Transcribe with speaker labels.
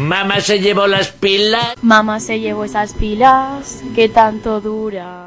Speaker 1: Mamá se llevó las pilas.
Speaker 2: Mamá se llevó esas pilas que tanto dura.